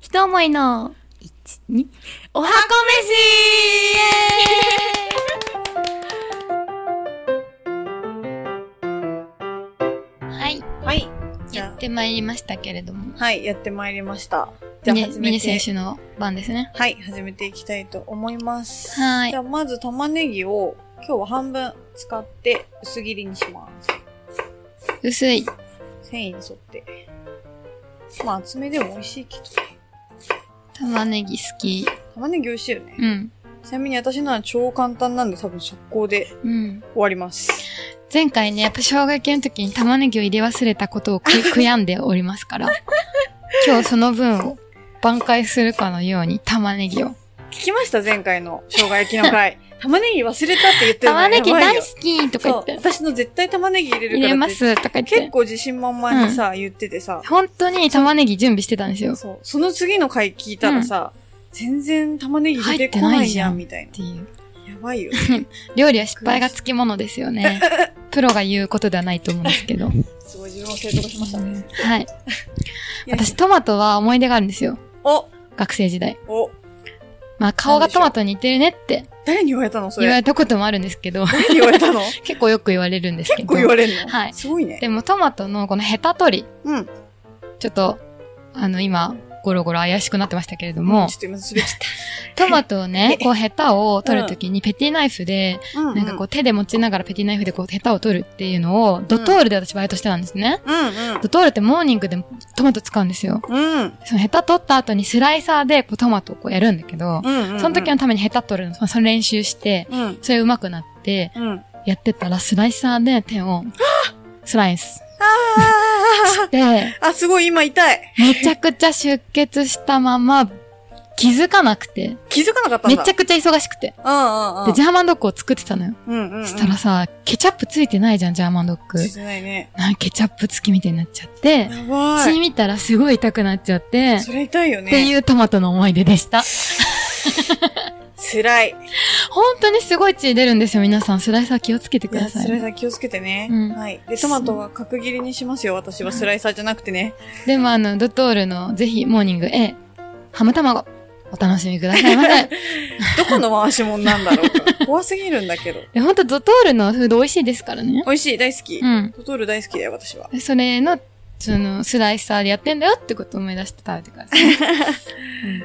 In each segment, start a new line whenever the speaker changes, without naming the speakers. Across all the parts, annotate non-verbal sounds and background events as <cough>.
ひと思いの、1、2、おはこ飯はい、
はい。じ
や
ゃ
ってまいりましたけれども。
あ、はい、やってまいりました。じゃあ、
ね
始
ミ
め
ネ選
て。
手の番ですね。
はい、始めていきたいと思います。
はい
じゃあ、まず玉ねぎを今日は半分使って薄切りにします。
薄い。
繊維に沿って。まあ、厚めでも美味しいけど。
玉ねぎ好き。
玉ねぎ美味しいよね。
うん。
ちなみに私のは超簡単なんで多分速攻で
うん。
終わります。
前回ね、やっぱ生姜焼きの時に玉ねぎを入れ忘れたこと <laughs> を悔悔やんでおりますから、今日その分を挽回するかのように玉ねぎを。
聞きました前回の生姜焼き
<laughs>
の回。玉ねぎ忘れたって言ってるの
玉ねぎ
やばいよ
大好きとか言
そ
っ
う。
て、
私の絶対玉ねぎ入れるから
入れま
って
すとか言っ
結
て、
構自信満々にさ、言っててさ。
本当に玉ねぎ準備してたんですよ。っ
そう。その次の回聞いたらさ、全然玉ねぎ出てこ
入って
な
ない
い
じ
じ
ゃ
ゃ
ん
ん、みたい
ていう。
な。やばいよ。
料理は失敗がつきものですよ <laughs> ね。プロが言うことではないと思うんですけ <laughs> ど。
すごい自分を正当化しましたね。
はい。
いや
私トマトは思い出があるんですよ。
お
学生時代。
お
まあ顔がトマトに似てるねって
誰に言われたのそ
言わ
れ。
れたこともあるんですけど、 <laughs>
誰に言われたの結
結構よく言われるんですけど。
構言われるの
はい
すごいね。
でもトマトのこのヘタ取り、
うん。ちょ
ちょっと、あの今、ゴロゴロ怪しくなってましたけれども
っ、と今滑っち
トマトを <laughs> ね、こうヘタを取るときにペティナイフで、
ゃった。
なんかこう手で持ちながらペティナイフでこうヘタを取るっていうのを、ドトールで私バイトしてたんですね。
うん。うん
ドトールってモーニングでトマト使うんですよ。
うん。うん。
そのヘタ取った後にスライサーでこうトマトをこうやるんだけど、
うん。うん
その時の、ためにヘタ取るの、まあその練習して、
うん。
それ上手くなって、
うん。
やってたらスライサーで手を、スライス
あ
して、
ーあ、すごい、今痛い。
めちゃくちゃ出血したまま、気づかなくて、
気づかなかったん
め
だ。
ちゃくちゃ忙しくて。
ゃうんうんう
で、
ん。
ジャーマンドッグを作ってたのよ。
うんうんうん。
そしたらさ、ケチャップついてないじゃん、ジャーマンドッグ
つ。いてないね。
なん <laughs> かケチャップ付きみたいになっちゃって、
やば
血
い。
見たらすごい痛くなっちゃって、
それ痛いよ
って
ね。
いうトマトの思い出で
<laughs>
した。
辛い。
本当にすごい血出るんですよ、皆さん。スライサー気をつけて
い
く
や
ださ
スライ
い。
サー気をつけてね。
うん
はい。で、トマトは角切りにしますよ。私はスライサーじゃなくてね。
でもあの、ドトールの、ぜひ、モーニング A、ハム卵、お楽しみくださいま
<laughs>
せ。
どこの回しもんなんだろう
<laughs>
か。怖すぎるんだけど。
で、本当ドトールのフード美味しいですからね。
美味しい、大好き。
うん。
トトール大好きだよ、私は。
それの、その、スライサーでやってんだよってことを思い出して食べてくださ
<laughs>
い。本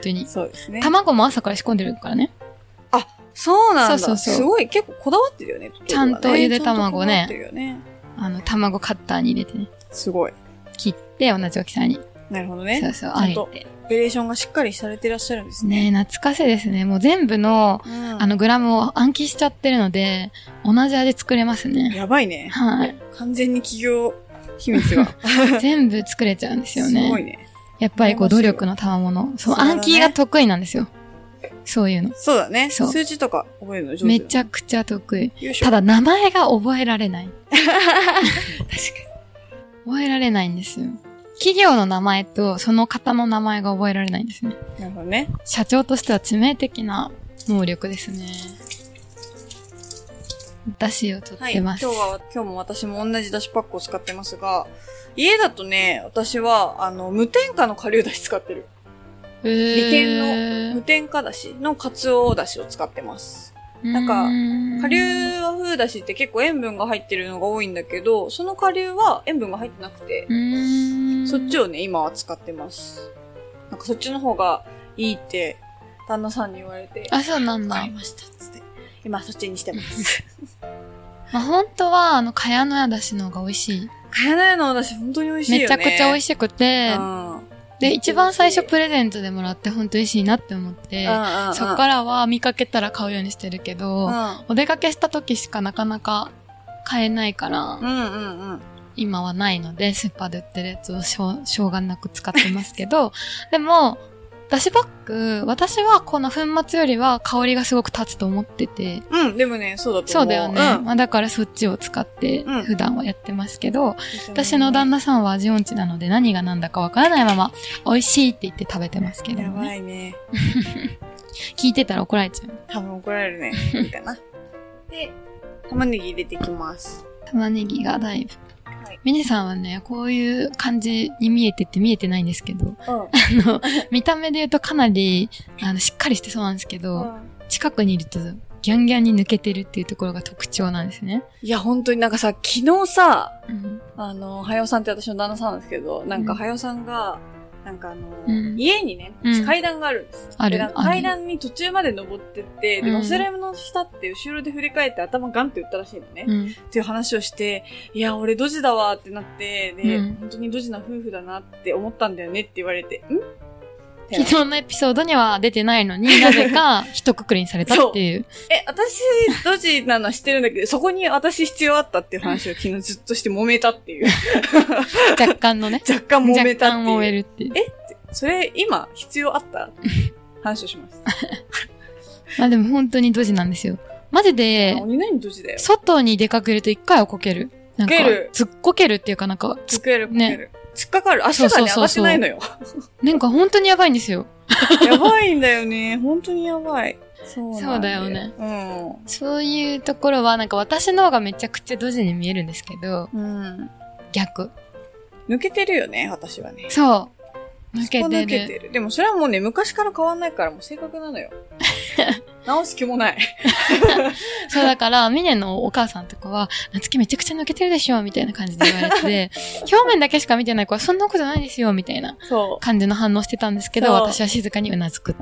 当に。
そうですね。
卵も朝から仕込んでるからね。
そうなんだ。
そうそうそう
すごい、結構こだわってるよね、トトールはね
ちゃんとゆで卵ね
ちゃんとこだわってるよね。
あの、卵カッターに入れてね。
すごい。
切って、同じ大きさに。
なるほど
そ
ね
う。そう、
ち
あ
ゃん
え
と
て。
オペレーションがしっかりされてらっしゃるんです
ねえ
ね。
懐かしいですね。もう全部の、
うん。
あの、グラムを暗記しちゃってるので、同じ味作れますね。
やばいね。 <laughs>
はい。
完全に企業秘密
<laughs>
が。
全部作れちゃうんですよ
すごい
ね。
ね。
やっぱりこう、努力の賜物。そう、
そうだね
暗記が得意なんですよ。そういうの。
そうだね。
そう
数字とか覚えるの上手
めち
ゃ。
ゃくちゃ得意。
よいしょ
ただ、名前が覚えられ
<laughs>
ない。
確か
覚えられないんですよ。企業の名前とその方の名前が覚えられないんですね。
に。なるほどね。
社長としては致命的な能力ですね。出汁を取
は
っ
い、
て
今
ます。
日は、今日も私も同じだしパックを使ってますが、家だとね、私は、あの、無添加の顆粒だし使ってる。
えー
利権無添加だしのカツオだしを使ってます。なんか
うーん
顆粒和風だしって結構塩分が入ってるのが多いんだけど、その顆粒は塩分が入ってなくて、
うーん
そっちをね、今は使ってます。なんかそっちの方がいいって、旦那さんに言われて、
あ、そうなん
わか
だ
り。ました、つって。今そっちにして
<laughs>
ます。
まあ、本当は、あの、かやのやだしの方が美味しい。
かやないの私本当に美味しい
め
よ
ちゃ
ね。
くちゃ美味
しい。
しくて
う、ん。うん
で、一番最初
美味しい
プレゼントでもらって本当嬉しいなって思って、
うんうん
そっからは見かけたら買うようにしてるけど、
うん。
お出かけした時しかなかなか買えないから、
うんうんうん。
今はないので、スーパーで売ってるやつをしょうしょうがなく使ってますけど、 <laughs> でも、だしパック、私はこの粉末よりは香りがすごく立つと思ってて、
うん、でもね、そうだと
そ
思う。
うだよね。
ん、
まあだからそっちを使って
うん
普段はやってますけど、私の旦那さんは味音痴なので何が何だかわからないまま、美味しいって言って食べてますけど
や
も
ば
ね。
いね。
聞いてたら怒られちゃう。
多分怒られるね。いいかな。で、玉ねぎ入れていきます。
玉ねぎがだいぶ。
はい。
ミニさんはね、こういう感じに見えてって見えてないんですけど、
うん。
あの、見た目で言うとかなり、あの、しっかりしてそうなんですけど、
うん
近くにいるとギャンギャンに抜けてるっていうところが特徴なんですね。
いや、本当になんかさ、昨日さ、
うん。
あの、はよさんって私の旦那さんなんですけど、なんか
うん
はよさんが、なんかあの、
うん
家にね
うん、
階段があるんです。
あ
で
る
なんか
ある
階段に途中まで登ってって、で、
うん
忘れ物したって後ろで振り返って頭ガンって打ったらしいのね。
うん。
っていう話をして、いや、俺ドジだわってなって、で、
うん
本当にドジな夫婦だなって思ったんだよねって言われて、んって
昨日のエピソードには出てないのに、なぜ
<laughs>
か一括りにされたっていう。
え、私、ドジなのは知ってるんだけど、そこに私必要あったっていう話を昨日ずっとして揉めたっ
<laughs>
ていう。。
若干のね
若干 <laughs> 揉めたっ
若
て
干
いう。
揉めるっていう。
それ、今、必要あった話をします。
まあでも本当にドジなんですよ。マジで、
鬼何ドジだよ。
外に出かけると一回はこける。なんか
こける、
ずっこけるっていうかなんか、
つ
つ
ける、つけ
ね
る。突っかかる。足がね、上
そ
が
うそうそ
って
うそう
ないのよ。
なんか本当にやばいんですよ。 <laughs>
やばいんだよね。本当にやばい。そうなん
そうだよね。
うん。
そういうところは、なんか私の方がめちゃくちゃドジに見えるんですけど、
うん。
逆。
抜けてるよね、私はね。
そう。抜け
そこ
て
抜け
る。
てる。でもそれはもうね、昔から変わんないから、もう性格なの
<laughs>
よ。直す気もない。
そうだから、ミネのお母さんとかは、夏希めちゃくちゃ抜けてるでしょ、みたいな感じで言われて、
<laughs>
表面だけしか見てない子はそんなことないですよ、みたいな
そ
感じの反応してたんですけど、
そう
私は静かにうなずく。
う。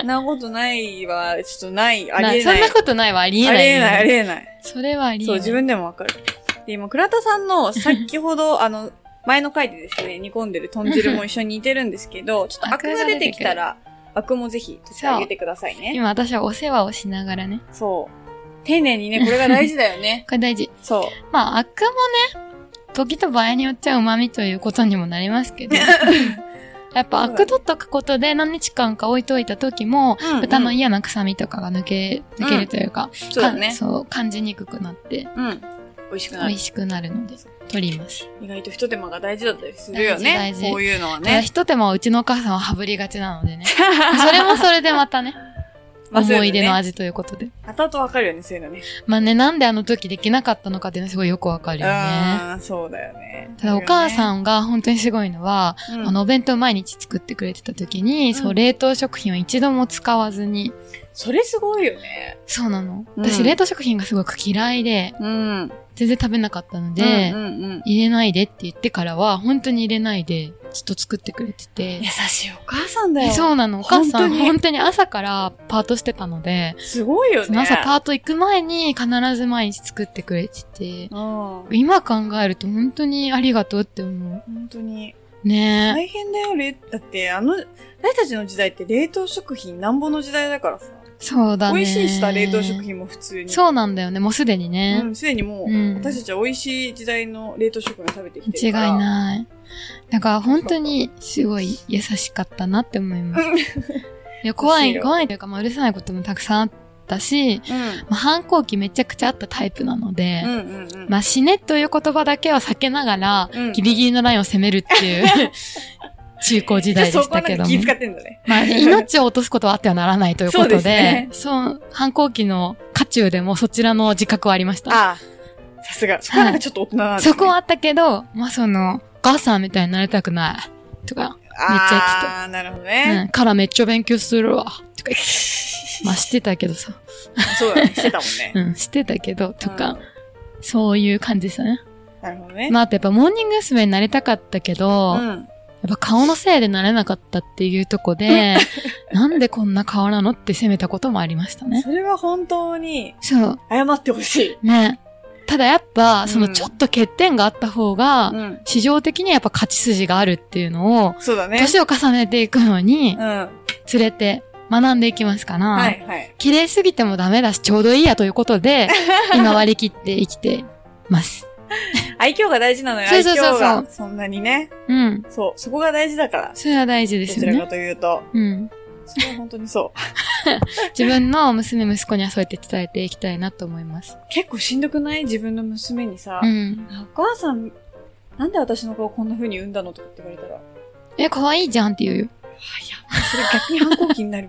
うん。なことないは、ちょっとない、あ
な
りえ
そ
なんい。
なことないわ、ありえ
あ
ない
り
ね、
えない、ありえない。
それはありえ
そう、
ない。
自分でもわかる。で、今、倉田さんの先
<laughs>
ほど、あの、前の回でですね、煮込んでる豚汁も一緒に煮てるんですけど、ちょっとアクが出てきたら、アクもぜひ取ってあげてくださいね。
今私はお世話をしながらね。
そう。丁寧にね、これが大事だよね
<laughs> 。これ大事。
そ
まあ、アクもね、時と場合によっちゃ旨味ということにもなります
<laughs>
けど、やっぱアク取っとくことで何日間か置いといた時も、
うんうん
豚の嫌な臭みとかが抜け、抜けるというか、
う。そうだ
か
ね。
そう、感じにくくなって、
うん。美味しく
美
なる
味。しくなるので、取ります。
意外と一手間が大事だったりするよ
大
ね。
事大事
こういうのは
ただ
ね。
ひと手間はうちのお母さんは羽振りがちなの
<laughs>
でね。それもそれでまたね、
まあそう
思い出の
ね
味ということで。
後々わかるよね、そういうのね。
まあね、なんであの時できなかったのかっていうのはすごいよくわかるよね。
ああ、そうだよね。
ただお母さ
ん、
んが本当にすごいのは、
うん
あのお弁当毎日作ってくれてた時に、そうう、
ん
冷凍食品を一度も使わずに、
それすごいよね。
そうなの。
うん
私、冷凍食品がすごく嫌いで、
うん。
全然食べなかったので、
うんうんうん
入れないでって言ってからは、本当に入れないで、ずっと作ってくれてて
優。しいお母さんだよ。
そうなの。お母さん、
本
本
当
当
に
に朝からパートしてたので、
すごいよ
その
ね。
朝パート行く前に必ず毎日作ってくれてて、
うん。本
今考えると本当にありがとうって思
当に。
う。ね
大変だよ、れだって、あの、私たちの時代って冷凍食品なんぼの時代だからさ。
そうだね。
美味しいした冷凍食品も普通に。
そうなんだよね。もうすでにね。
うん、すでにもう、
うん
私たちは美味しい時代の冷凍食品を食べてきて
違い
るから。い。
ない。だから本当にすごい優しかったなって思います。いや怖
むし
い、
ろ
怖いというか、まあ、うるさいこともたくさんあったし、
うん。
まあ、反抗期めちゃくちゃあったタイプなので、
うんうんうん。
まあ死ねという言葉だけは避けながら、
うん
ギリギリのラインを攻めるっていう
<laughs>
中高時代で
じゃあそ
し
こは
たけ
なん
ど
か
も
気。遣ってんだね。
まあ、命を落とすことはあってはならないということ
そうで
で、
すね
そう、反抗期の渦中でもそちらの自覚はありました。
ああ、さすが。そこはなんかちょっと大人なんだ、ね
そこはあったけど、まあその、お母さんみたいになりたくない。とか、めっちゃ言って
ああー、なるほど <laughs>
う
ね。
ん、からめっちゃ勉強するわ。と
<laughs>
か言って、まあしてたけどさ、
そうだね。してたもんね。
うん、してたけど、と
う
か
ん、。
そういう感じでしたね。
なるほどね。
まああとやっぱモーニング娘。になりたかったけど、やっ
うん。
ぱ顔のせいでなれなかったっていうとこで、 <laughs> なんでこんな顔なのって責めたこともありましたね。
それは本当に
そう。
謝ってほしい。
ね。ただやっぱ、そうの
ん
ちょっと欠点があった方が、
うん。
市場的にはやっぱ勝ち筋があるっていうのを、
そうだね。
年を重ねていくのに
うん。、は
連れて学んでいきますから、
いはい。
綺麗すぎてもダメだし、ちょうどいいやということ
<laughs>
で、今割り切って生きてます。
愛嬌が大事なのよ、
そ
愛
うそうそうそ
嬌
う
が。そんなにね。
うん。
そう、そこが大事だから。
それは大事で
ど
す
ち
よ
らか
ね。
というと。
うん。
それは本当にそう。
自分の娘、息子にはそうやって伝えていきたいなと思います。
結構しんどくない自分の娘にさ
う、ん。
お母さん、なんで私の顔こんな風に産んだのとかって言われたら、あ、い
え、可愛いじゃんって言うよ。 <laughs>
や、それ逆に反抗期になる。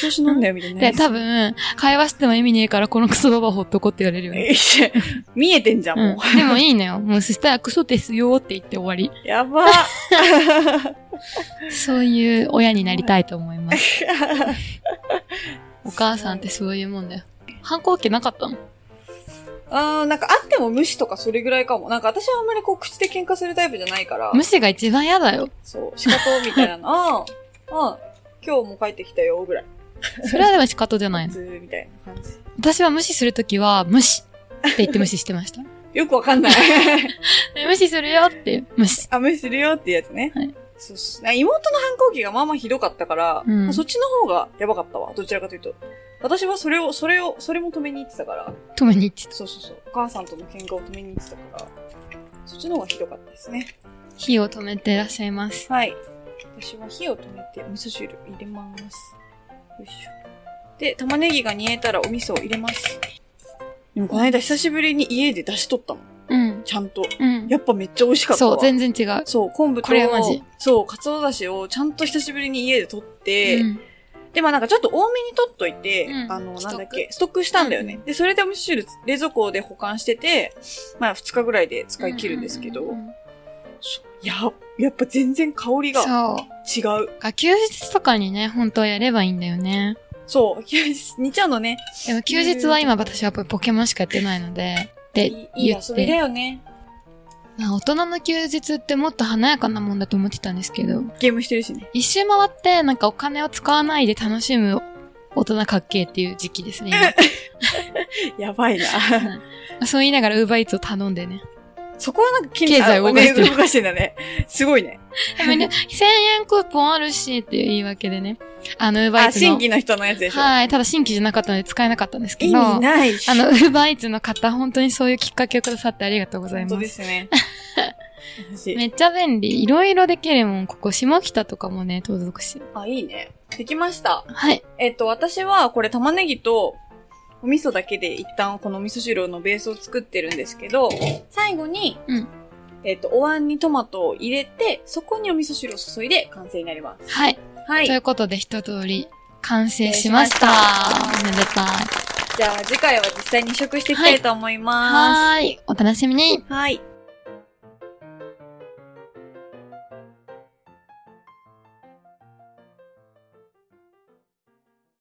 調子なんだよ、みたいな。
で、多分、会話しても意味ねえから、このクソババほっとこうって言われるよね。
えー。 <laughs> 見えてんじゃん、
う
も
ん、でもいいのよ。もうそしたらクソですよって言って終わり。
う。やば。 <laughs>
そういう親になりたいと思います。お母さんってそういうもんだよ。反抗期なかったの
あーなんかあっても無視とかそれぐらいかも。なんか私はあんまりこう口で喧嘩するタイプじゃないから、
無視が一番嫌だよ。
そう、仕方
<laughs>
みたいなの、あーあー、今日も帰ってきたよ、ぐらい。
それはでも仕方じゃない
普
の。
通みたいな感じ。
私は無視するときは、無視って言って無視してま
<laughs>
した。
よくわか
<laughs>
んない。
無視するよって、無視。
あ、無視するよっていうやつね。
はい
そうっすね。妹の反抗期がまあまあひどかったから、
うん
まあそっちの方がやばかったわ。どちらかというと。私はそれを、それを、それも止めに行ってたから。
止めに行ってた。
そうそうそう。お母さんとの喧嘩を止めに行ってたから。そっちの方がひどかったですね。
火を止めてらっしゃいます。
はい。私は火を止めて、味噌汁入れます。よいしょ。で、玉ねぎが煮えたらお味噌を入れます。でもこの間久しぶりに家で出しとったの。
うん。
ちゃんと。
うん。
やっぱめっちゃ美味しかったわ。
そう、全然違う。
そう、昆布と、
これはマジ
そう、かつおだしをちゃんと久しぶりに家で取って、
うん
で、まあなんかちょっと多めに取っといて、
うん
あの、なんだっけ、ストックしたんだよね。で、それでお味噌汁冷蔵庫で保管してて、まあ2日ぐらいで使い切るんですけど、
うんうん
そうや、やっぱ全然香りが
そう。
違う。
あ休日とかにね、本当はやればいいんだよね。
そう、 <laughs> 煮ちゃうのね。
でも休日は今私はやっぱポケモンしかやってないので、って
いいいい
言っ
遊びだ
て。
よね。
まあ大人の休日ってもっと華やかなもんだと思ってたんですけど、
ゲームしてるしね。
一周回ってなんかお金を使わないで楽しむ大人かっけーっていう時期ですね。
<laughs>
今
やばいな。
まあそう言いながらウーバーイーツを頼んでね。
<laughs> そこはなんか経
経済を動かしてる
動かしてんだね。すごいね。
でもね、1000円クーポンあるしっていう言い訳でね。あの、ウーバーイー
<laughs> あ、
ツの。
新規の人のやつでしょ。
はい。ただ新規じゃなかったので使えなかったんですけ
意
ど。
味ないし。
あの、ウーバーイーツの方、本当にそういうきっかけをくださってありがとうござい
本
ま
当
す
で。
<laughs>
すね。 <laughs> 楽しい
めっちゃ便利。いろいろできるもん。ここ、下北とかもね、登録し。
あ、いいね。できました。
はい。
えっと、私はこれ玉ねぎとお味噌だけで一旦このお味噌汁のベースを作ってるんですけど、最後に、
うん
えっと、お椀にトマトを入れて、そこにお味噌汁を注いで完成になります。
はい。
はい。
という
じ
ことで、一通り、完成しまし
完
た。
成し
おめでたい。
ゃあ次回は実際に試食していきたいと思いま
は
す。
ーい。お楽しみに。
はい。